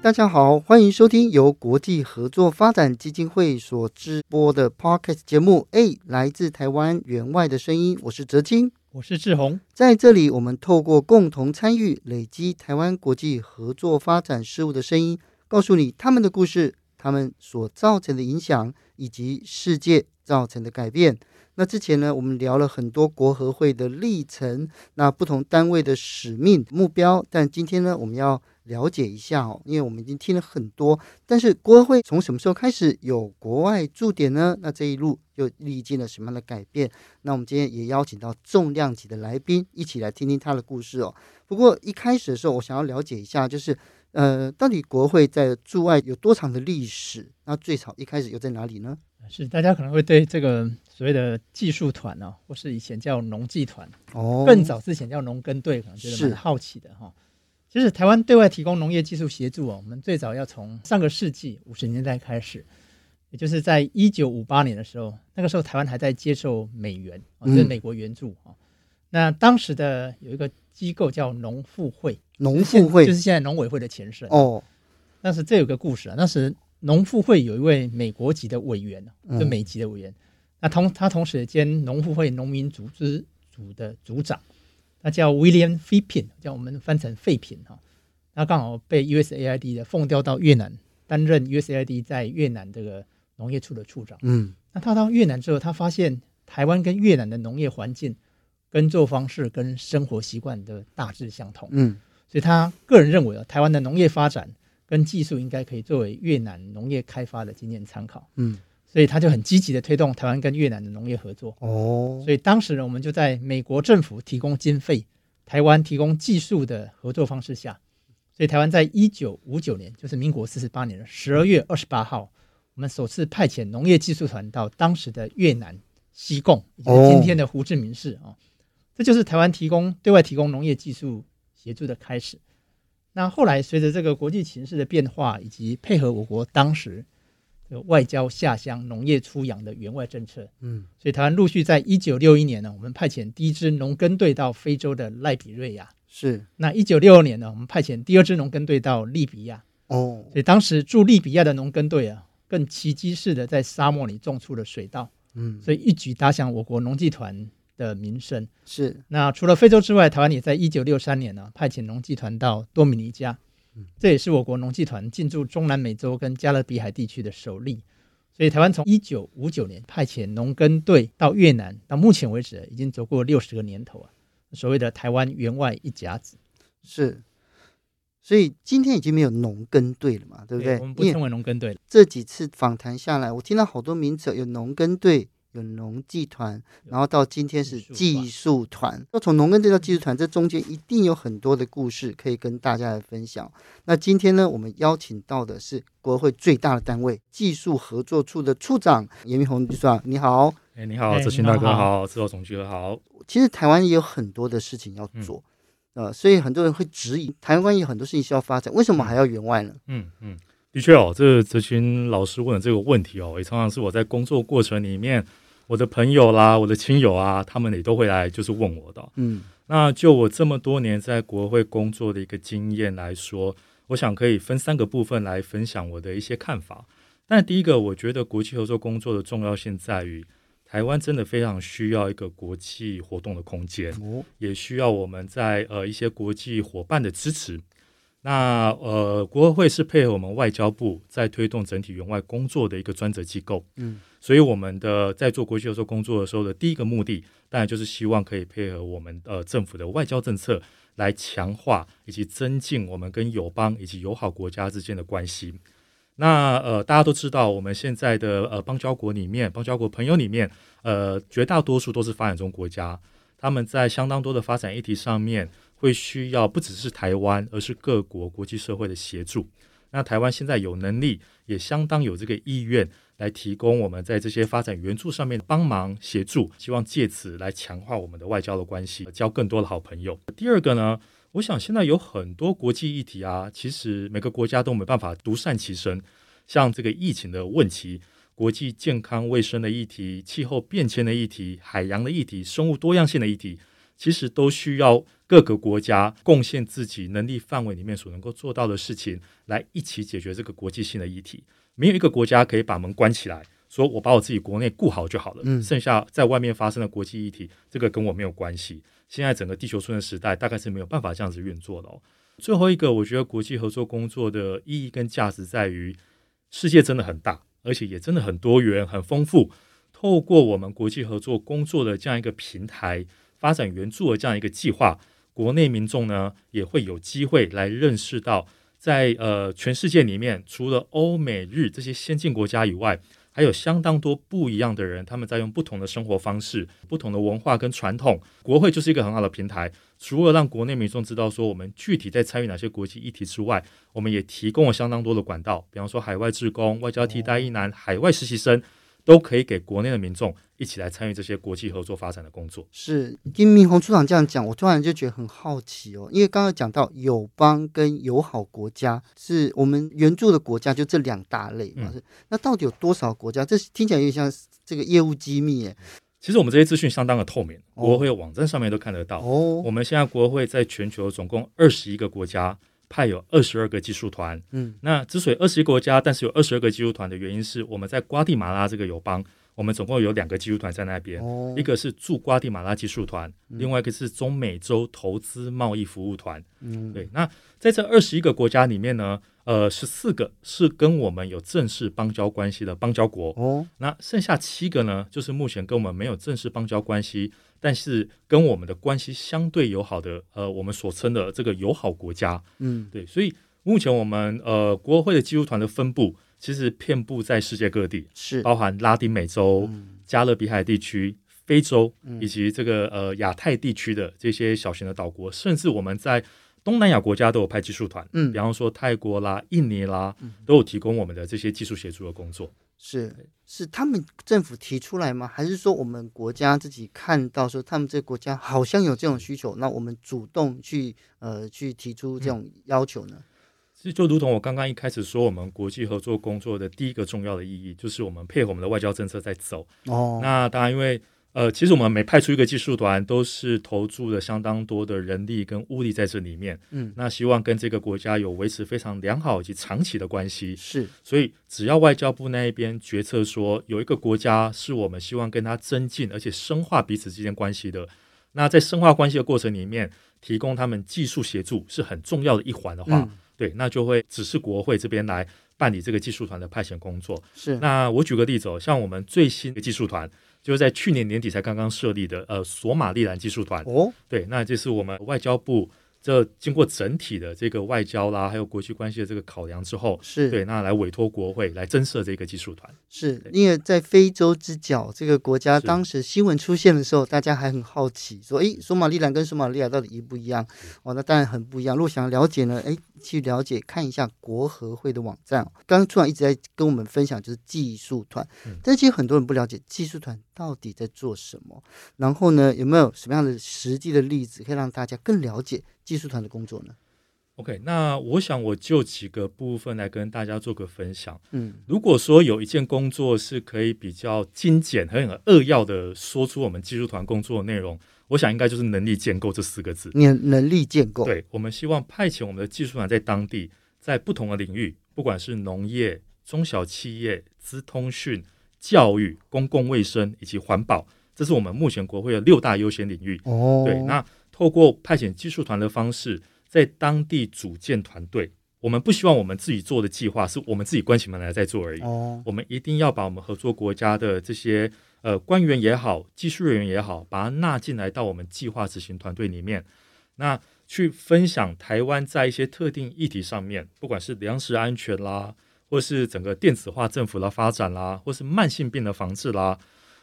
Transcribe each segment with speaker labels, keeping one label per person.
Speaker 1: 大家好，欢迎收听由国际合作发展基金会所直播的 Podcast 节目《哎，来自台湾员外的声音》，我是哲青。
Speaker 2: 我是志宏，
Speaker 1: 在这里，我们透过共同参与，累积台湾国际合作发展事务的声音，告诉你他们的故事、他们所造成的影响以及世界造成的改变。那之前呢，我们聊了很多国合会的历程，那不同单位的使命、目标。但今天呢，我们要了解一下哦，因为我们已经听了很多，但是国合会从什么时候开始有国外驻点呢？那这一路又历经了什么样的改变？那我们今天也邀请到重量级的来宾，一起来听听他的故事哦。不过一开始的时候，我想要了解一下，就是呃，到底国会在驻外有多长的历史？那最早一开始又在哪里呢？
Speaker 2: 呃是大家可能会对这个所谓的技术团哦，或是以前叫农技团，
Speaker 1: 哦，
Speaker 2: 更早之前叫农耕队，可能觉得
Speaker 1: 是
Speaker 2: 蛮好奇的哈、其实台湾对外提供农业技术协助哦，我们最早要从上个世纪五十年代开始，也就是在一九五八年的时候，那个时候台湾还在接受美元，哦、就是
Speaker 1: 嗯
Speaker 2: 美国援助哦。那当时的有一个机构叫农妇会，
Speaker 1: 农妇会、
Speaker 2: 就是现在农委会的前身。
Speaker 1: 哦，
Speaker 2: 当时这有个故事啊，当时农妇会有一位美国籍的委员，啊
Speaker 1: 嗯
Speaker 2: 就美籍的委员，那同他同时也兼农妇会农民组织组的组长，他叫 William Fipin，叫我们翻成废品哈，他刚好被 USAID 的奉调到越南，担任 USAID 在越南这个农业处的处长。
Speaker 1: 嗯，
Speaker 2: 那他到越南之后，他发现台湾跟越南的农业环境、耕作方式跟生活习惯的大致相同，
Speaker 1: 嗯，
Speaker 2: 所以他个人认为啊，台湾的农业发展跟技术应该可以作为越南农业开发的经验参考，
Speaker 1: 嗯，
Speaker 2: 所以他就很积极的推动台湾跟越南的农业合作。
Speaker 1: 哦，
Speaker 2: 所以当时呢，我们就在美国政府提供经费，台湾提供技术的合作方式下，所以台湾在一九五九年，就是民国四十八年的十二月二十八号，我们首次派遣农业技术团到当时的越南西贡，也就是今天的胡志明市啊、哦这就是台湾提供对外提供农业技术协助的开始。那后来随着这个国际形势的变化，以及配合我国当时这个外交下乡、农业出洋的援外政策，
Speaker 1: 嗯，
Speaker 2: 所以台湾陆续在一九六一年呢，我们派遣第一支农耕队到非洲的赖比瑞亚。
Speaker 1: 是
Speaker 2: 那一九六二年呢，我们派遣第二支农耕队到利比亚。
Speaker 1: 哦，
Speaker 2: 所以当时驻利比亚的农耕队啊，更奇迹式的在沙漠里种出了水稻，
Speaker 1: 嗯，
Speaker 2: 所以一举打响我国农技团的名声。
Speaker 1: 是
Speaker 2: 那除了非洲之外，台湾也在一九六三年呢、派遣农技团到多米尼加，
Speaker 1: 嗯
Speaker 2: 这也是我国农技团进驻中南美洲跟加勒比海地区的首例。所以台湾从一九五九年派遣农耕队到越南，到目前为止已经走过六十个年头啊，所谓的台湾员外一甲子，
Speaker 1: 是，所以今天已经没有农耕队了嘛，对不对？
Speaker 2: 我们不
Speaker 1: 因为
Speaker 2: 称为农耕队了，
Speaker 1: 这几次访谈下来，我听到好多名词，有农耕队，有农技团，然后到今天是技术团。嗯要从农耕队到技术团，这中间一定有很多的故事可以跟大家来分享。那今天呢，我们邀请到的是国会最大的单位技术合作处的处长严明宏处长，你好。
Speaker 3: 哎、你好，
Speaker 2: 哎
Speaker 3: 子
Speaker 2: 你
Speaker 3: 勋大
Speaker 2: 好
Speaker 3: 哥
Speaker 2: 好
Speaker 3: 好，制作总局好。
Speaker 1: 其实台湾也有很多的事情要做。呃，所以很多人会质疑台湾有很多事情需要发展，为什么还要员外呢？
Speaker 3: 嗯嗯，的确哦，这哲勋老师问的这个问题哦，也常常是我在工作过程里面，我的朋友啦、我的亲友啊，他们也都会来就是问我的哦、
Speaker 1: 嗯，
Speaker 3: 那就我这么多年在国会工作的一个经验来说，我想可以分三个部分来分享我的一些看法。但第一个，我觉得国际合作工作的重要性在于，台湾真的非常需要一个国际活动的空间。
Speaker 1: 哦，
Speaker 3: 也需要我们在呃一些国际伙伴的支持。那呃，国合会是配合我们外交部在推动整体员外工作的一个专责机构，
Speaker 1: 嗯，
Speaker 3: 所以我们的在做国际合作工作的时候的第一个目的，当然就是希望可以配合我们呃政府的外交政策，来强化以及增进我们跟友邦以及友好国家之间的关系。那呃，大家都知道，我们现在的呃邦交国里面，邦交国朋友里面，呃，绝大多数都是发展中国家，他们在相当多的发展议题上面，会需要不只是台湾，而是各国国际社会的协助。那台湾现在有能力，也相当有这个意愿来提供我们在这些发展援助上面帮忙协助，希望借此来强化我们的外交的关系，交更多的好朋友。第二个呢，我想现在有很多国际议题啊，其实每个国家都没办法独善其身，像这个疫情的问题。国际健康卫生的议题、气候变迁的议题、海洋的议题、生物多样性的议题，其实都需要各个国家贡献自己能力范围里面所能够做到的事情，来一起解决这个国际性的议题。没有一个国家可以把门关起来，说我把我自己国内顾好就好了，
Speaker 1: 嗯
Speaker 3: 剩下在外面发生的国际议题，这个跟我没有关系。现在整个地球村的时代，大概是没有办法这样子运作的、哦。最后一个，我觉得国际合作工作的意义跟价值在于，世界真的很大，而且也真的很多元、很丰富。透过我们国际合作工作的这样一个平台，发展援助的这样一个计划，国内民众呢也会有机会来认识到，在呃全世界里面，除了欧美日这些先进国家以外，还有相当多不一样的人，他们在用不同的生活方式、不同的文化跟传统。国会就是一个很好的平台，除了让国内民众知道说我们具体在参与哪些国际议题之外，我们也提供了相当多的管道，比方说海外志工、外交替代一男、海外实习生，都可以给国内的民众一起来参与这些国际合作发展的工作。
Speaker 1: 是听明宏处长这样讲，我突然就觉得很好奇哦，因为刚刚讲到友邦跟友好国家是我们援助的国家，就这两大类嘛。
Speaker 3: 嗯
Speaker 1: 是那到底有多少国家？这是听起来有点像这个业务机密耶。
Speaker 3: 其实我们这些资讯相当的透明，
Speaker 1: 哦
Speaker 3: 国会网站上面都看得到。我
Speaker 1: 哦，
Speaker 3: 们现在国会在全球总共二十一个国家派有二十二个技术团，
Speaker 1: 嗯，
Speaker 3: 那之所以二十一国家，但是有二十二个技术团的原因是，我们在瓜地马拉这个友邦，我们总共有两个技术团在那边，
Speaker 1: 哦，
Speaker 3: 一个是驻瓜地马拉技术团，另外一个是中美洲投资贸易服务团。
Speaker 1: 嗯，
Speaker 3: 对，那在这二十一个国家里面呢，呃，十四个是跟我们有正式邦交关系的邦交国，
Speaker 1: 哦，
Speaker 3: 那剩下七个呢，就是目前跟我们没有正式邦交关系，但是跟我们的关系相对友好的，呃，我们所称的这个友好国家。
Speaker 1: 嗯，
Speaker 3: 对，所以目前我们呃国会的技术团的分布其实遍布在世界各地，
Speaker 1: 是，嗯
Speaker 3: 包含拉丁美洲、加勒比海地区、非洲以及这个呃亚太地区的这些小型的岛国，甚至我们在东南亚国家都有派技术团，
Speaker 1: 嗯
Speaker 3: 比方说泰国啦、印尼啦，都有提供我们的这些技术协助的工作。
Speaker 1: 是是他们政府提出来吗？还是说我们国家自己看到说他们这个国家好像有这种需求，那我们主动去呃去提出这
Speaker 3: 嗯
Speaker 1: 种要求呢？
Speaker 3: 其实就如同我刚刚一开始说，我们国际合作工作的第一个重要的意义，就是我们配合我们的外交政策在走。
Speaker 1: 哦，
Speaker 3: 那当然，因为呃，其实我们每派出一个技术团，都是投注了相当多的人力跟物力在这里面。
Speaker 1: 嗯
Speaker 3: 那希望跟这个国家有维持非常良好以及长期的关系。
Speaker 1: 是，
Speaker 3: 所以，只要外交部那一边决策说有一个国家是我们希望跟它增进，而且深化彼此之间关系的，那在深化关系的过程里面，提供他们技术协助是很重要的一环的话，
Speaker 1: 嗯，
Speaker 3: 对，那就会只是国会这边来办理这个技术团的派遣工作。
Speaker 1: 是，
Speaker 3: 那我举个例子哦，像我们最新的技术团，就是在去年年底才刚刚设立的，呃，索马利兰技术团。
Speaker 1: 哦，
Speaker 3: 对，那这是我们外交部这经过整体的这个外交啦，还有国际关系的这个考量之后，
Speaker 1: 是，
Speaker 3: 对，那来委托国会来增设这个技术团。
Speaker 1: 是
Speaker 3: 对
Speaker 1: 因为在非洲之角这个国家，
Speaker 3: 是
Speaker 1: 当时新闻出现的时候，大家还很好奇，说：“诶，索马利兰跟索马利亚到底一不一样？”哦，那当然很不一样。如果想要了解呢，诶，去了解看一下国合会的网站哦。刚刚处长一直在跟我们分享，就是技术团，
Speaker 3: 嗯
Speaker 1: 但其实很多人不了解技术团到底在做什么。然后呢，有没有什么样的实际的例子可以让大家更了解技术团的工作呢？
Speaker 3: OK，那我想我就几个部分来跟大家做个分享。
Speaker 1: 嗯，
Speaker 3: 如果说有一件工作是可以比较精简、很扼要的说出我们技术团工作的内容，我想应该就是能力建构这四个字。
Speaker 1: 你的能力建构，
Speaker 3: 对，我们希望派遣我们的技术团在当地，在不同的领域，不管是农业、中小企业、资通讯、教育、公共卫生以及环保，这是我们目前国会的六大优先领域。
Speaker 1: 哦，
Speaker 3: 对，那透过派遣技术团的方式，在当地组建团队。我们不希望我们自己做的计划是我们自己关起门来在做而已。
Speaker 1: 哦，
Speaker 3: 我们一定要把我们合作国家的这些呃官员也好、技术人员也好，把它纳进来到我们计划执行团队里面。那去分享台湾在一些特定议题上面，不管是粮食安全啦、或是整个电子化政府的发展啦，或是慢性病的防治啦，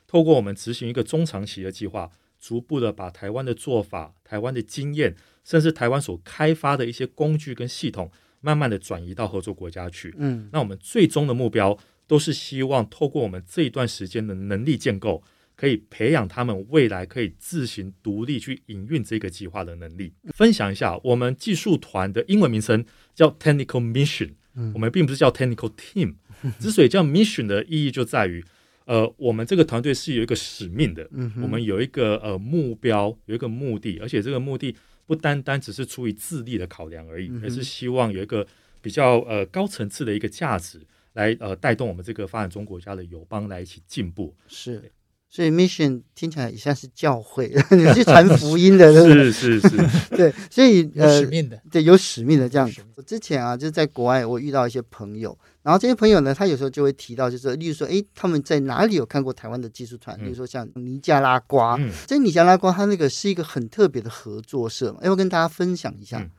Speaker 3: 透过我们执行一个中长期的计划，逐步的把台湾的做法、台湾的经验，甚至台湾所开发的一些工具跟系统，慢慢的转移到合作国家去。
Speaker 1: 嗯
Speaker 3: 那我们最终的目标都是希望透过我们这一段时间的能力建构，可以培养他们未来可以自行独立去营运这个计划的能力。分享一下，我们技术团的英文名称叫 Technical Mission，我
Speaker 1: 嗯
Speaker 3: 们并不是叫 Technical Team。之所以叫 Mission 的意义就在于，呃，我们这个团队是有一个使命的，
Speaker 1: 嗯哼，
Speaker 3: 我们有一个呃目标，有一个目的，而且这个目的不单单只是出于智力的考量而已，
Speaker 1: 嗯哼
Speaker 3: 而是希望有一个比较呃高层次的一个价值来呃带动我们这个发展中国家的友邦来一起进步。
Speaker 1: 是，所以 mission 听起来也像是教会， 你是传福音的，对不对
Speaker 3: 是 是是，
Speaker 1: 对，所以
Speaker 2: 有
Speaker 1: 呃
Speaker 2: 使，命的，
Speaker 1: 对，有使命的这样子
Speaker 2: 使命。
Speaker 1: 我之前啊，就是在国外，我遇到一些朋友，然后这些朋友呢，他有时候就会提到，就是例如说，诶，他们在哪里有看过台湾的技术团？
Speaker 3: 嗯
Speaker 1: 比如说像尼加拉瓜，
Speaker 3: 嗯
Speaker 1: 在尼加拉瓜，它那个是一个很特别的合作社嘛，要不要跟大家分享一下
Speaker 3: 嗯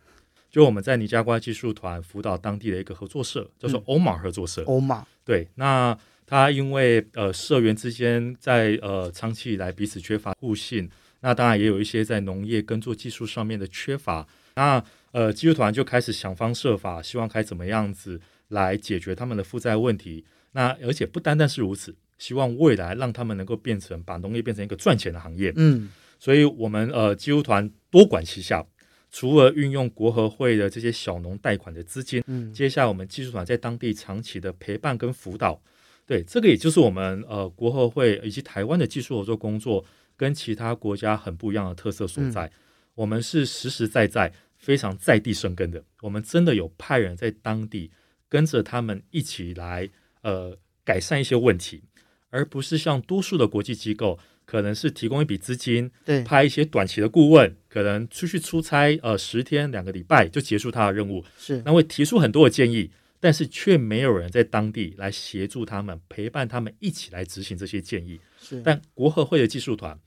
Speaker 3: 就我们在尼加瓜技术团辅导当地的一个合作社，叫做
Speaker 1: 嗯
Speaker 3: 欧马合作社。
Speaker 1: 欧玛？
Speaker 3: 对，那他因为呃社员之间在呃长期以来彼此缺乏互信，那当然也有一些在农业耕作技术上面的缺乏。那呃技术团就开始想方设法，希望该怎么样子来解决他们的负债问题。那而且不单单是如此，希望未来让他们能够变成把农业变成一个赚钱的行业。
Speaker 1: 嗯
Speaker 3: 所以我们呃基督团多管齐下，除了运用国合会的这些小农贷款的资金，
Speaker 1: 嗯
Speaker 3: 接下来我们技术团在当地长期的陪伴跟辅导，对这个也就是我们呃国合会以及台湾的技术合作工作跟其他国家很不一样的特色所
Speaker 1: 嗯
Speaker 3: 在。我们是实实在在非常在地生根的，我们真的有派人在当地跟着他们一起来呃改善一些问题，而不是像多数的国际机构可能是提供一笔资金，
Speaker 1: 对
Speaker 3: 派一些短期的顾问，可能出去出差，呃，十天两个礼拜就结束他的任务，
Speaker 1: 是
Speaker 3: 那会提出很多的建议，但是却没有人在当地来协助他们，陪伴他们一起来执行这些建议。
Speaker 1: 是，
Speaker 3: 但国合会的技术团，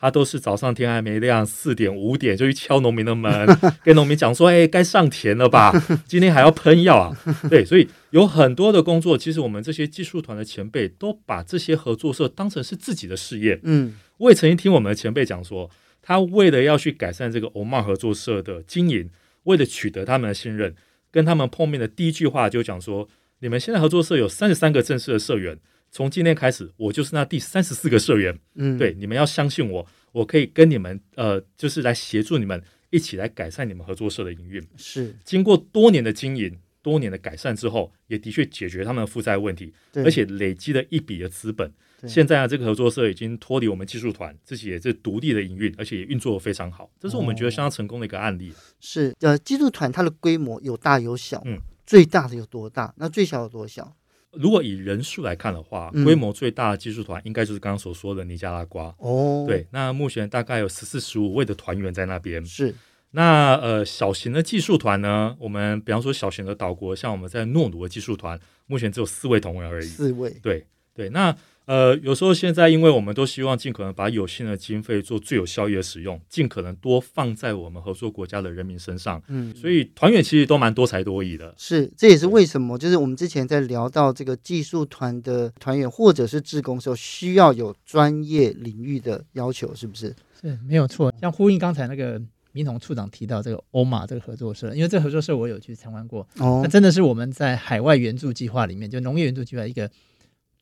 Speaker 3: 他都是早上天还没亮，四点五点就去敲农民的门， 跟农民讲说：“哎，该上田了吧？今天还要喷药啊！”对，所以有很多的工作，其实我们这些技术团的前辈都把这些合作社当成是自己的事业。
Speaker 1: 嗯
Speaker 3: 我也曾经听我们的前辈讲说，他为了要去改善这个欧曼合作社的经营，为了取得他们的信任，跟他们碰面的第一句话就讲说：你们现在合作社有三十三个正式的社员，从今天开始，我就是那第三十四个社员。
Speaker 1: 嗯，
Speaker 3: 对，，你们要相信我，我可以跟你们呃，就是来协助你们一起来改善你们合作社的营运。
Speaker 1: 是，
Speaker 3: 经过多年的经营。多年的改善之后，也的确解决他们的负债问题，
Speaker 1: 对
Speaker 3: 而且累积了一笔的资本。
Speaker 1: 对
Speaker 3: 现在啊，这个合作社已经脱离我们技术团，自己也是独立的营运，而且也运作的非常好，这是我们觉得相当成功的一个案例。
Speaker 1: 是呃，基督团它的规模有大有小，
Speaker 3: 嗯，
Speaker 1: 最大的有多大？那最小有多小？
Speaker 3: 如果以人数来看的话，
Speaker 1: 嗯
Speaker 3: 规模最大的技术团应该就是刚刚所说的尼加拉瓜。
Speaker 1: 哦，，
Speaker 3: 对，那目前大概有十四十五位的团员在那边。
Speaker 1: 是，
Speaker 3: 那呃，小型的技术团呢，我们比方说小型的岛国，像我们在诺鲁的技术团，目前只有四位同仁而已。
Speaker 1: 四位，
Speaker 3: 对对，那呃，有时候现在因为我们都希望尽可能把有限的经费做最有效益的使用，尽可能多放在我们合作国家的人民身上，
Speaker 1: 嗯，
Speaker 3: 所以团员其实都蛮多才多艺的。
Speaker 1: 是，这也是为什么，就是我们之前在聊到这个技术团的团员或者是志工的时候，需要有专业领域的要求，是不是？
Speaker 2: 是没有错。像呼应刚才那个民统处长提到这个欧马这个合作社，因为这个合作社我有去参观过，
Speaker 1: 哦
Speaker 2: 那，真的是我们在海外援助计划里面，就农业援助计划一个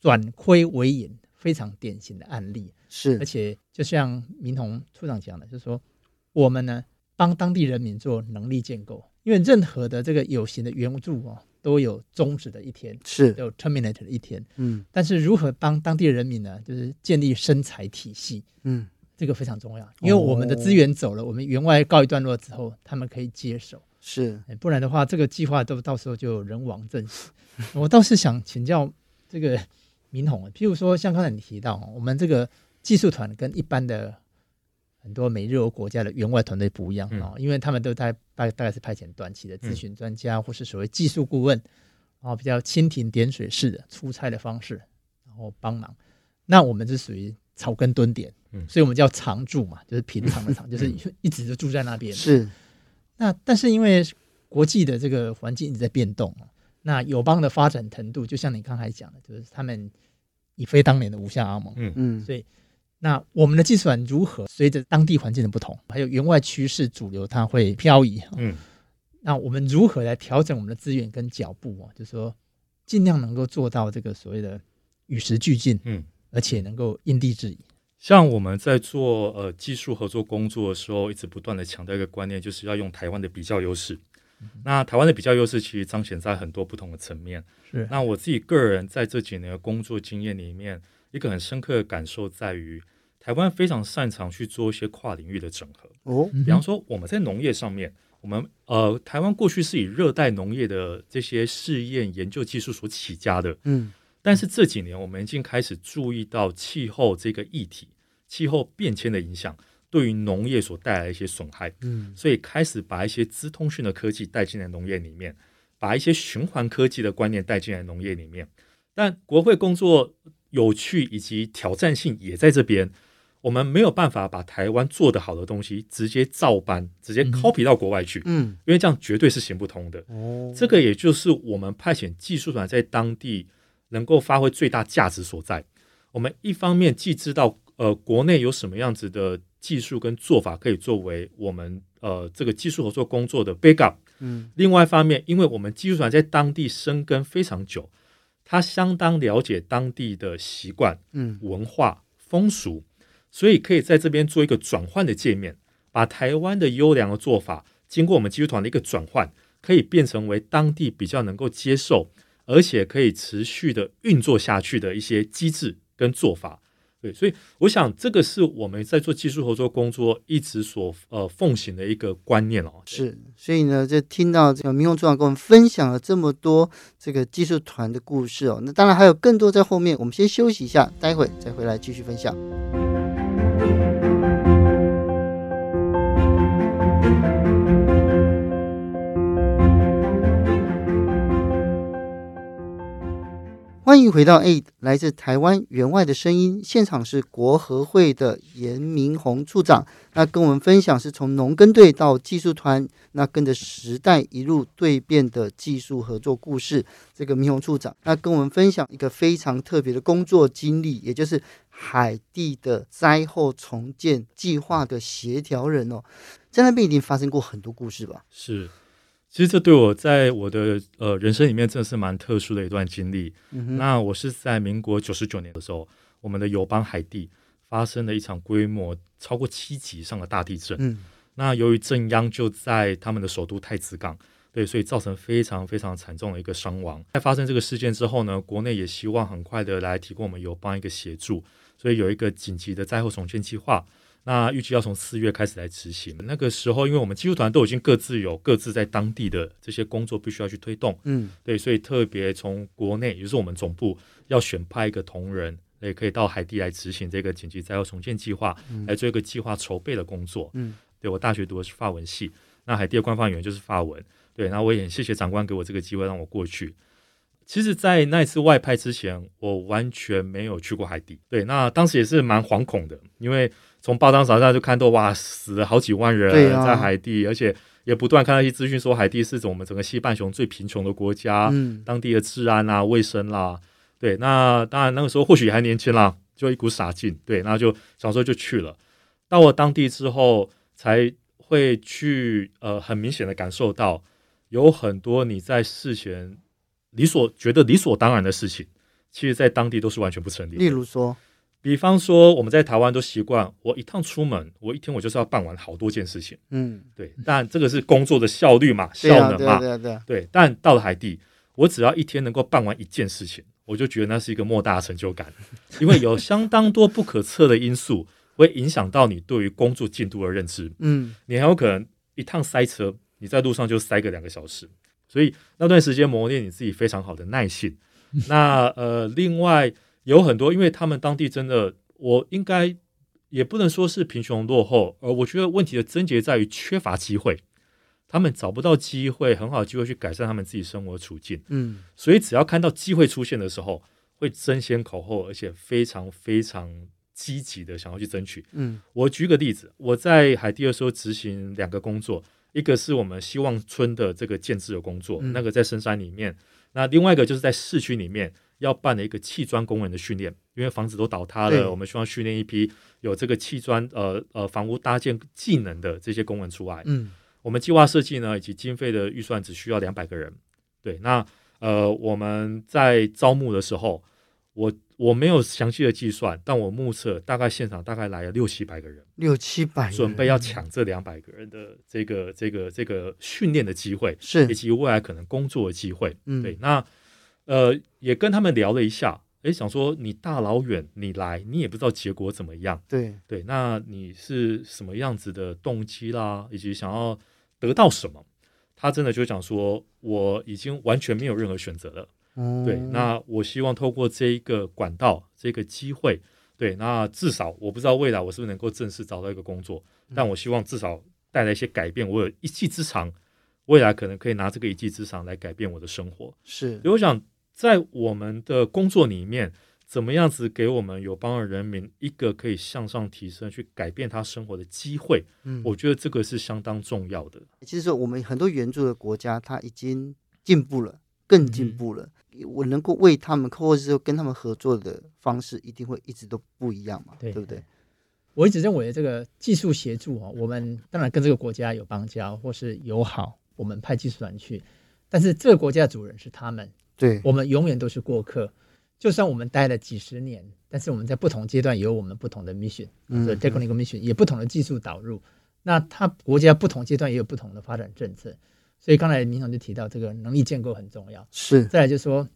Speaker 2: 转亏为盈非常典型的案例。
Speaker 1: 是，
Speaker 2: 而且就像明宏处长讲的，就是说我们呢帮当地人民做能力建构，因为任何的这个有形的援助哦，都有终止的一天，
Speaker 1: 是，
Speaker 2: 都有 terminate 的一天。
Speaker 1: 嗯
Speaker 2: 但是如何帮当地人民呢，就是建立生财体系，
Speaker 1: 嗯，
Speaker 2: 这个非常重要，因为我们的资源走了，我们员外告一段落之后，他们可以接手。
Speaker 1: 是，
Speaker 2: 哎不然的话，这个计划都到时候就人亡政息。我倒是想请教这个明宏，啊譬如说像刚才你提到，哦我们这个技术团跟一般的很多美日欧国家的员外团队不一样
Speaker 3: 嗯
Speaker 2: 啊、哦因为他们都在大大概是派遣短期的咨询专家、或是所谓技术顾问，然后比较蜻蜓点水式的出差的方式，然后帮忙。那我们是属于草根蹲点，
Speaker 3: 嗯
Speaker 2: 所以我们叫常住嘛，就是平常的常，就是一直就住在那边。
Speaker 1: 是，
Speaker 2: 那但是因为国际的这个环境一直在变动哦，那友邦的发展程度，就像你刚才讲的，就是他们已非当年的五下阿蒙。
Speaker 1: 嗯
Speaker 2: 所以，那我们的技术团如何随着当地环境的不同，还有员外趋势主流，它会漂移。啊
Speaker 3: 嗯，
Speaker 2: 那我们如何来调整我们的资源跟脚步啊？就是说，尽量能够做到这个所谓的与时俱进，
Speaker 3: 嗯，
Speaker 2: 而且能够因地制宜。
Speaker 3: 像我们在做呃技术合作工作的时候，一直不断的强调一个观念，就是要用台湾的比较优势。那台湾的比较优势其实彰显在很多不同的层面。
Speaker 2: 是
Speaker 3: 那我自己个人在这几年的工作经验里面，一个很深刻的感受在于，台湾非常擅长去做一些跨领域的整合。
Speaker 1: 哦
Speaker 2: 嗯哼
Speaker 3: 比方说我们在农业上面，我们呃台湾过去是以热带农业的这些试验研究技术所起家的，
Speaker 1: 嗯
Speaker 3: 但是这几年我们已经开始注意到气候这个议题，气候变迁的影响对于农业所带来的一些损害，
Speaker 1: 嗯
Speaker 3: 所以开始把一些资通讯的科技带进来农业里面，把一些循环科技的观念带进来农业里面。但国会工作有趣以及挑战性也在这边，我们没有办法把台湾做得好的东西直接照搬，直接
Speaker 2: 嗯
Speaker 3: copy 到国外去，
Speaker 1: 嗯
Speaker 3: 因为这样绝对是行不通的。
Speaker 1: 哦
Speaker 3: 这个也就是我们派遣技术团在当地能够发挥最大价值所在。我们一方面既知道呃国内有什么样子的技术跟做法可以作为我们呃这个技术合作工作的 backup，
Speaker 1: 嗯
Speaker 3: 另外一方面，因为我们技术团在当地生根非常久，他相当了解当地的习惯、
Speaker 1: 嗯
Speaker 3: 文化、风俗，所以可以在这边做一个转换的界面，把台湾的优良的做法，经过我们技术团的一个转换，可以变成为当地比较能够接受，而且可以持续的运作下去的一些机制跟做法。对，所以我想这个是我们在做技术合作工作一直所呃奉行的一个观念哦。
Speaker 1: 是，所以呢，就听到这个民用组长跟我们分享了这么多这个技术团的故事哦。那当然还有更多在后面，我们先休息一下，待会再回来继续分享。欢迎回到 A，来自台湾员外的声音，现场是国合会的严明宏处长。那跟我们分享是从农耕队到技术团，那跟着时代一路蜕变的技术合作故事。这个明宏处长，那跟我们分享一个非常特别的工作经历，也就是海地的灾后重建计划的协调人哦，在那边一定发生过很多故事吧？
Speaker 3: 是，其实这对我在我的呃人生里面真的是蛮特殊的一段经历。
Speaker 1: 嗯哼，
Speaker 3: 那我是在民国九十九年的时候，我们的友邦海地发生了一场规模超过七级以上的大地震。
Speaker 1: 嗯
Speaker 3: 那由于震央就在他们的首都太子港，对，所以造成非常非常惨重的一个伤亡。在发生这个事件之后呢，国内也希望很快的来提供我们友邦一个协助，所以有一个紧急的灾后重建计划。那预计要从四月开始来执行。那个时候，因为我们技术团都已经各自有各自在当地的这些工作必须要去推动，
Speaker 1: 嗯
Speaker 3: 对，所以特别从国内，也就是我们总部要选派一个同仁，也可以到海地来执行这个紧急灾后重建计划，来做一个计划筹备的工作。
Speaker 1: 嗯，
Speaker 3: 对我大学读的是法文系，那海地的官方语言就是法文。对，那我也很谢谢长官给我这个机会让我过去。其实，在那一次外派之前，我完全没有去过海地。对，那当时也是蛮惶恐的，因为从报章杂志上就看到，哇，死了好几万人
Speaker 1: 对啊
Speaker 3: 在海地，而且也不断看到一些资讯说，海地是我们整个西半球最贫穷的国家。
Speaker 1: 嗯
Speaker 3: 当地的治安啊、卫生啦、对，那当然那个时候或许还年轻啦，就一股傻劲，对，然后就小时候就去了。到了当地之后，才会去呃，很明显的感受到有很多你在事前理所觉得理所当然的事情，其实在当地都是完全不成立的。
Speaker 1: 例如说，
Speaker 3: 比方说我们在台湾都习惯，我一趟出门，我一天我就是要办完好多件事情，
Speaker 1: 嗯，
Speaker 3: 对，但这个是工作的效率嘛，
Speaker 1: 对啊，
Speaker 3: 效能
Speaker 1: 对
Speaker 3: 嘛
Speaker 1: 啊，，对啊，对啊，
Speaker 3: 对，但到了海地，我只要一天能够办完一件事情，我就觉得那是一个莫大的成就感，因为有相当多不可测的因素会影响到你对于工作进度的认知。
Speaker 1: 嗯
Speaker 3: 你很有可能一趟塞车，你在路上就塞个两个小时，所以那段时间磨练你自己非常好的耐性。那呃，另外有很多，因为他们当地真的，我应该也不能说是贫穷落后，而我觉得问题的症结在于缺乏机会，他们找不到机会，很好的机会去改善他们自己生活处境。
Speaker 1: 嗯
Speaker 3: 所以只要看到机会出现的时候，会争先恐后，而且非常非常积极的想要去争取。
Speaker 1: 嗯
Speaker 3: 我举个例子，我在海地的时候执行两个工作，一个是我们希望村的这个建制的工作，
Speaker 1: 嗯
Speaker 3: 那个在深山里面，那另外一个就是在市区里面要办的一个砌砖工人的训练，因为房子都倒塌
Speaker 1: 对
Speaker 3: 了，我们希望训练一批有这个砌砖呃呃房屋搭建技能的这些工人出来。
Speaker 1: 嗯，
Speaker 3: 我们计划设计呢，以及经费的预算只需要两百个人。对，那呃，我们在招募的时候，我我没有详细的计算，但我目测大概现场大概来了六七百个人，
Speaker 1: 六七百人
Speaker 3: 准备要抢这两百个人的这个这个这个训练的机会，以
Speaker 1: 是
Speaker 3: 及未来可能工作的机会。
Speaker 1: 嗯
Speaker 3: 对，那呃，也跟他们聊了一下，诶，想说你大老远你来，你也不知道结果怎么样。
Speaker 1: 对
Speaker 3: 对，那你是什么样子的动机啦，以及想要得到什么？他真的就讲说，我已经完全没有任何选择了。
Speaker 1: 哦
Speaker 3: 对，那我希望透过这一个管道，这个机会，对，那至少我不知道未来我是不是能够正式找到一个工作，但我希望至少带来一些改变，我有一技之长，未来可能可以拿这个一技之长来改变我的生活。
Speaker 1: 是
Speaker 3: 所以我想，在我们的工作里面，怎么样子给我们友邦的人民一个可以向上提升、去改变他生活的机会？
Speaker 1: 嗯
Speaker 3: 我觉得这个是相当重要的。
Speaker 1: 其实我们很多援助的国家，它已经进步了，更进步了。我能够为他们，或者是跟他们合作的方式，一定会一直都不一样嘛，对
Speaker 2: 对
Speaker 1: 不对？
Speaker 2: 我一直认为这个技术协助哦，我们当然跟这个国家有邦交或是友好，我们派技术团去，但是这个国家的主人是他们，
Speaker 1: 对，
Speaker 2: 我们永远都是过客。就算我们待了几十年，但是我们在不同阶段也有我们不同的 mission，
Speaker 1: 嗯
Speaker 2: 所以 technical mission 也不同的技术导入。那它国家不同阶段也有不同的发展政策，所以刚才明总就提到这个能力建构很重要。
Speaker 1: 是
Speaker 2: 再来就是说，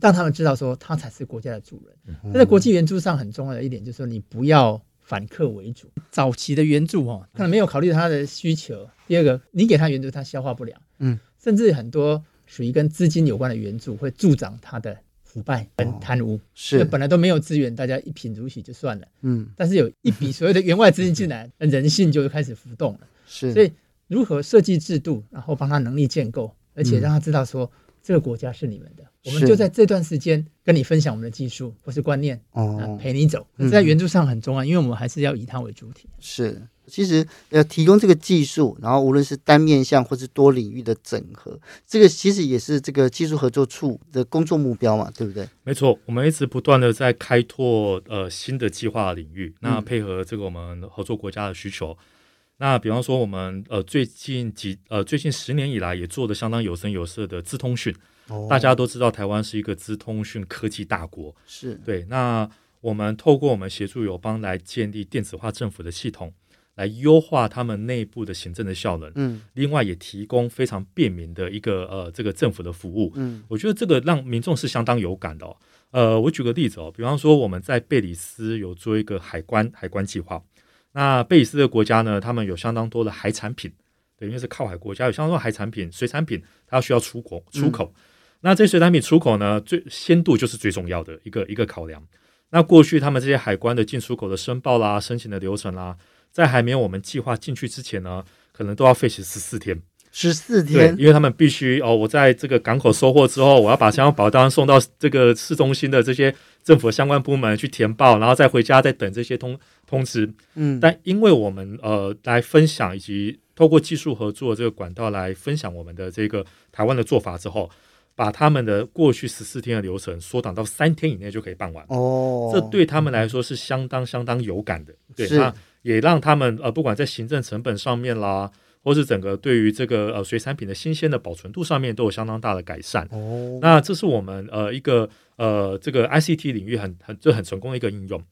Speaker 2: 让他们知道说他才是国家的主人。
Speaker 1: 嗯
Speaker 2: 那在国际援助上很重要的一点就是说，你不要反客为主。早期的援助哦，可能没有考虑他的需求。第二个，你给他援助，他消化不了。
Speaker 1: 嗯，
Speaker 2: 甚至很多属于跟资金有关的援助，会助长他的腐败跟贪污。
Speaker 1: 哦是
Speaker 2: 那，本来都没有资源，大家一贫如洗就算了，
Speaker 1: 嗯，
Speaker 2: 但是有一 笔所有的员外资金进来，人性就开始浮动了。
Speaker 1: 是，
Speaker 2: 所以如何设计制度，然后帮他能力建构，而且让他知道说、这个国家嗯是你们的，我们
Speaker 1: 是
Speaker 2: 就在这段时间跟你分享我们的技术或是观念，啊、
Speaker 1: 哦，
Speaker 2: 陪你走。这在援助上很重要，因为我们还是要以他为主体。
Speaker 1: 是，其实呃，提供这个技术，然后无论是单面向或是多领域的整合，这个其实也是这个技术合作处的工作目标嘛，对不对？
Speaker 3: 没错，我们一直不断的在开拓呃新的计划领域，
Speaker 1: 嗯
Speaker 3: 那配合这个我们合作国家的需求。那比方说，我们呃最近几呃最近十年以来也做的相当有声有色的资通讯，
Speaker 1: 哦
Speaker 3: 大家都知道台湾是一个资通讯科技大国，
Speaker 1: 是
Speaker 3: 对，那我们透过我们协助友邦来建立电子化政府的系统，来优化他们内部的行政的效能。
Speaker 1: 嗯
Speaker 3: 另外也提供非常便民的一个呃这个政府的服务，
Speaker 1: 嗯
Speaker 3: 我觉得这个让民众是相当有感的、哦。呃，我举个例子哦，比方说我们在贝里斯有做一个海关海关计划，那贝里斯的国家呢，他们有相当多的海产品，对，因为是靠海国家，有相当多的海产品、水产品，它需要出国出口。那这些水产品出口呢，最鲜度就是最重要的一个一个考量。那过去他们这些海关的进出口的申报啦、申请的流程啦，在还没有我们计划进去之前呢，可能都要费时十四天。
Speaker 1: 十四
Speaker 3: 对
Speaker 1: 天，
Speaker 3: 因为他们必须哦，我在这个港口收货之后，我要把相关保单送到这个市中心的这些政府相关部门去填报，然后再回家再等这些通通知。
Speaker 1: 嗯，
Speaker 3: 但因为我们呃来分享以及透过技术合作这个管道来分享我们的这个台湾的做法之后，把他们的过去十四天的流程缩短到三天以内就可以办完。
Speaker 1: 哦，嗯
Speaker 3: 这对他们来说是相当相当有感的，对，
Speaker 1: 是
Speaker 3: 那也让他们呃，不管在行政成本上面啦，或是整个对于这个呃水产品的新鲜的保存度上面都有相当大的改善。
Speaker 1: 哦，
Speaker 3: 那这是我们呃一个呃这个 ICT 领域很很这很成功的一个应用。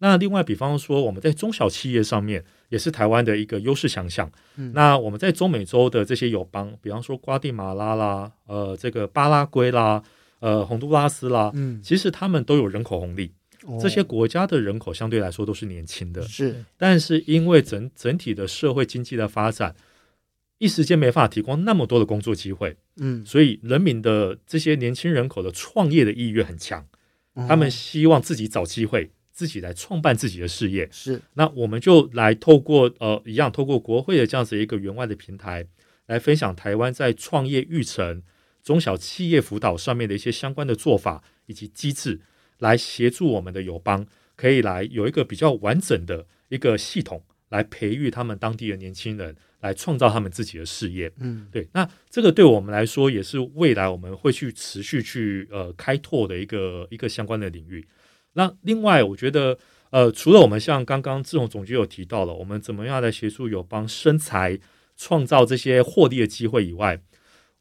Speaker 3: 那另外，比方说我们在中小企业上面也是台湾的一个优势强项。
Speaker 1: 嗯
Speaker 3: 那我们在中美洲的这些友邦，比方说瓜地马拉啦，呃，这个巴拉圭啦，呃，洪都拉斯啦，
Speaker 1: 嗯
Speaker 3: 其实他们都有人口红利。
Speaker 1: 哦
Speaker 3: 这些国家的人口相对来说都是年轻的，
Speaker 1: 是
Speaker 3: 但是因为整整体的社会经济的发展，一时间没办法提供那么多的工作机会，
Speaker 1: 嗯，
Speaker 3: 所以人民的这些年轻人口的创业的意愿很强，他们
Speaker 1: 哦
Speaker 3: 希望自己找机会，自己来创办自己的事业。
Speaker 1: 是
Speaker 3: 那我们就来透过呃一样，透过国会的这样子一个员外的平台，来分享台湾在创业育成、中小企业辅导上面的一些相关的做法以及机制，来协助我们的友邦可以来有一个比较完整的一个系统，来培育他们当地的年轻人，来创造他们自己的事业。
Speaker 1: 嗯
Speaker 3: 对，那这个对我们来说也是未来我们会去持续去呃开拓的一个一个相关的领域。那另外，我觉得呃，除了我们像刚刚志宏总局有提到了，我们怎么样来协助友邦生财创造这些获利的机会以外，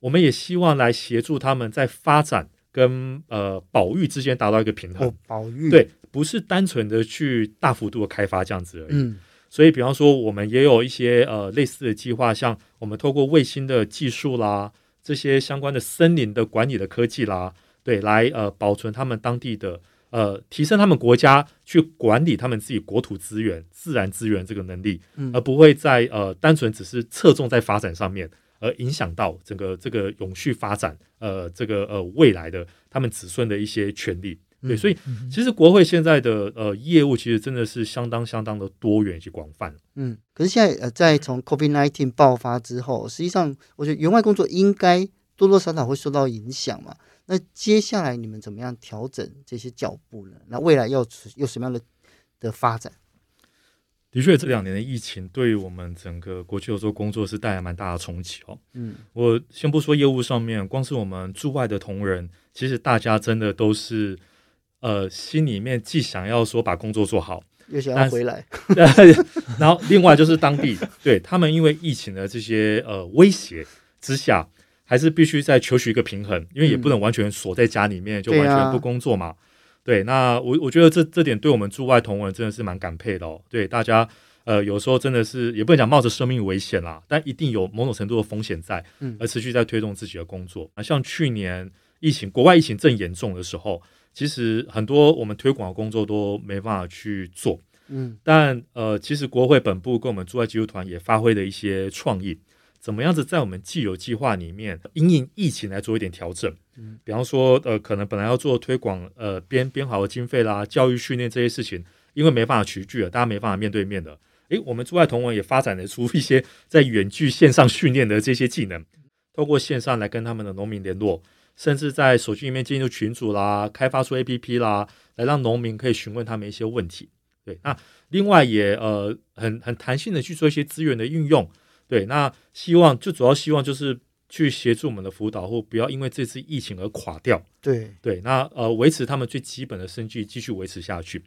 Speaker 3: 我们也希望来协助他们在发展跟呃保育之间达到一个平衡。
Speaker 1: 哦，保育，
Speaker 3: 对，不是单纯的去大幅度的开发这样子而已。
Speaker 1: 嗯
Speaker 3: 所以，比方说，我们也有一些呃类似的计划，像我们透过卫星的技术啦，这些相关的森林的管理的科技啦，对，来呃保存他们当地的呃提升他们国家去管理他们自己国土资源、自然资源这个能力，
Speaker 1: 嗯
Speaker 3: 而不会在呃单纯只是侧重在发展上面，而影响到整个这个永续发展呃这个呃未来的他们子孙的一些权利。对，
Speaker 1: 嗯
Speaker 3: 所以其实国会现在的呃业务其实真的是相当相当的多元以及广泛。
Speaker 1: 嗯，可是现在呃，在从 COVID-19 爆发之后，实际上我觉得员外工作应该多多少少会受到影响嘛。那接下来你们怎么样调整这些脚步呢？那未来要持有什么样的的发展？
Speaker 3: 的确，这两年的疫情对于我们整个国际合作工作是带来蛮大的冲击哦。
Speaker 1: 嗯
Speaker 3: 我先不说业务上面，光是我们驻外的同仁，其实大家真的都是呃心里面既想要说把工作做好，
Speaker 1: 又想
Speaker 3: 但
Speaker 1: 要
Speaker 3: 是
Speaker 1: 回来，
Speaker 3: 然后另外就是当地对他们因为疫情的这些呃威胁之下，还是必须在求取一个平衡，因为也不能完全锁在家里面、就完
Speaker 1: 对啊
Speaker 3: 全不工作嘛。对，那我我觉得这这点对我们驻外同仁真的是蛮感佩的哦。对大家，呃，有时候真的是也不能讲冒着生命危险啦，但一定有某种程度的风险在
Speaker 1: 嗯，
Speaker 3: 而持续在推动自己的工作。啊，像去年疫情，国外疫情正严重的时候，其实很多我们推广的工作都没办法去做。
Speaker 1: 嗯
Speaker 3: 但呃，其实国会本部跟我们驻外技术团也发挥了一些创意，怎么样子在我们既有计划里面因应疫情来做一点调整。比方说，呃，可能本来要做推广，呃，编编好的经费啦、教育训练这些事情，因为没办法齐聚了，大家没办法面对面的。诶，我们驻外同文也发展得出一些在远距线上训练的这些技能，透过线上来跟他们的农民联络，甚至在手机里面进入群组啦，开发出 APP 啦，来让农民可以询问他们一些问题。对，那另外也呃很很弹性的去做一些资源的运用。对，那希望就主要希望就是去协助我们的辅导户不要因为这次疫情而垮掉。
Speaker 1: 对，
Speaker 3: 对，那呃维持他们最基本的生计继续维持下去。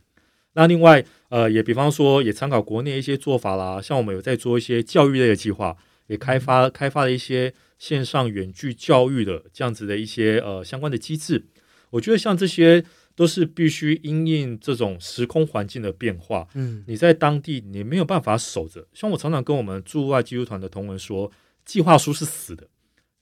Speaker 3: 那另外呃也比方说也参考国内一些做法啦，像我们有在做一些教育类的计划，也开发开发了一些线上远距教育的这样子的一些呃相关的机制。我觉得像这些都是必须因应这种时空环境的变化，
Speaker 1: 嗯
Speaker 3: 你在当地你没有办法守着。像我常常跟我们驻外基督团的同文说，计划书是死的，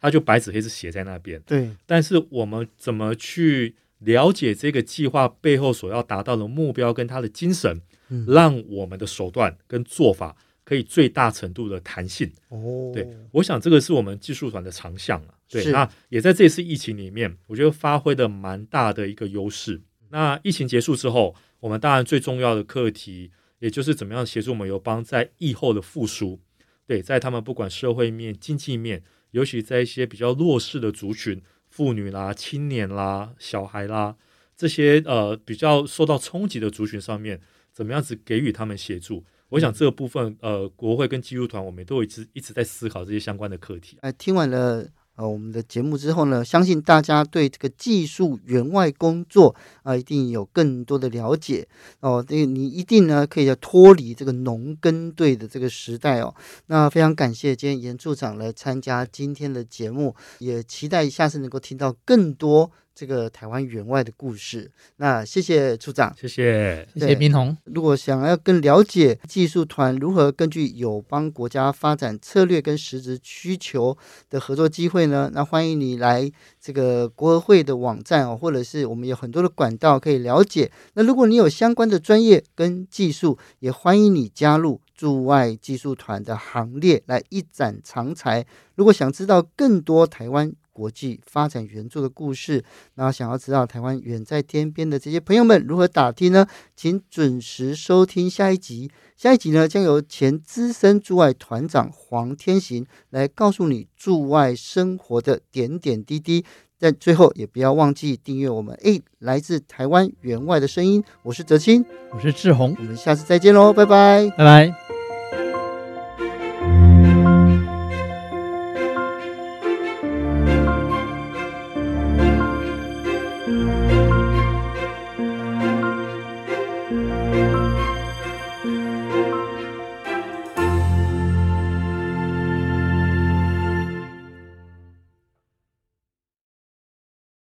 Speaker 3: 它就白纸黑字写在那边。
Speaker 1: 对，
Speaker 3: 但是我们怎么去了解这个计划背后所要达到的目标跟它的精神，
Speaker 1: 嗯
Speaker 3: 让我们的手段跟做法可以最大程度的弹性。
Speaker 1: 哦，
Speaker 3: 对，我想这个是我们技术团的长项啊。对
Speaker 1: 是，
Speaker 3: 那也在这次疫情里面，我觉得发挥的蛮大的一个优势。那疫情结束之后，我们当然最重要的课题，也就是怎么样协助我们友邦在疫后的复苏。对，在他们不管社会面、经济面，尤其在一些比较弱势的族群，妇女啦、青年啦、小孩啦这些呃比较受到冲击的族群上面，怎么样子给予他们协助？我想这个部分，呃，国会跟基督团，我们都一直一直在思考这些相关的课题。啊
Speaker 1: 呃，听完了呃我们的节目之后呢，相信大家对这个技术员外工作啊、一定有更多的了解哦。这个你一定呢可以要脱离这个农耕队的这个时代哦。那非常感谢今天严处长来参加今天的节目，也期待下次能够听到更多这个台湾员外的故事。那谢谢处长。
Speaker 3: 谢谢。
Speaker 2: 谢谢
Speaker 1: 对
Speaker 2: 冰红，
Speaker 1: 如果想要更了解技术团如何根据友邦国家发展策略跟实质需求的合作机会呢，那欢迎你来这个国合会的网站哦，或者是我们有很多的管道可以了解。那如果你有相关的专业跟技术，也欢迎你加入驻外技术团的行列，来一展长才。如果想知道更多台湾国际发展援助的故事，那想要知道台湾远在天边的这些朋友们如何打听呢？请准时收听下一集。下一集呢，将由前资深驻外团长黄天行来告诉你驻外生活的点点滴滴。但最后也不要忘记订阅我们，诶，来自台湾员外的声音，我是哲青，
Speaker 2: 我是志宏
Speaker 1: 我，们下次再见喽，拜拜。
Speaker 2: 拜拜。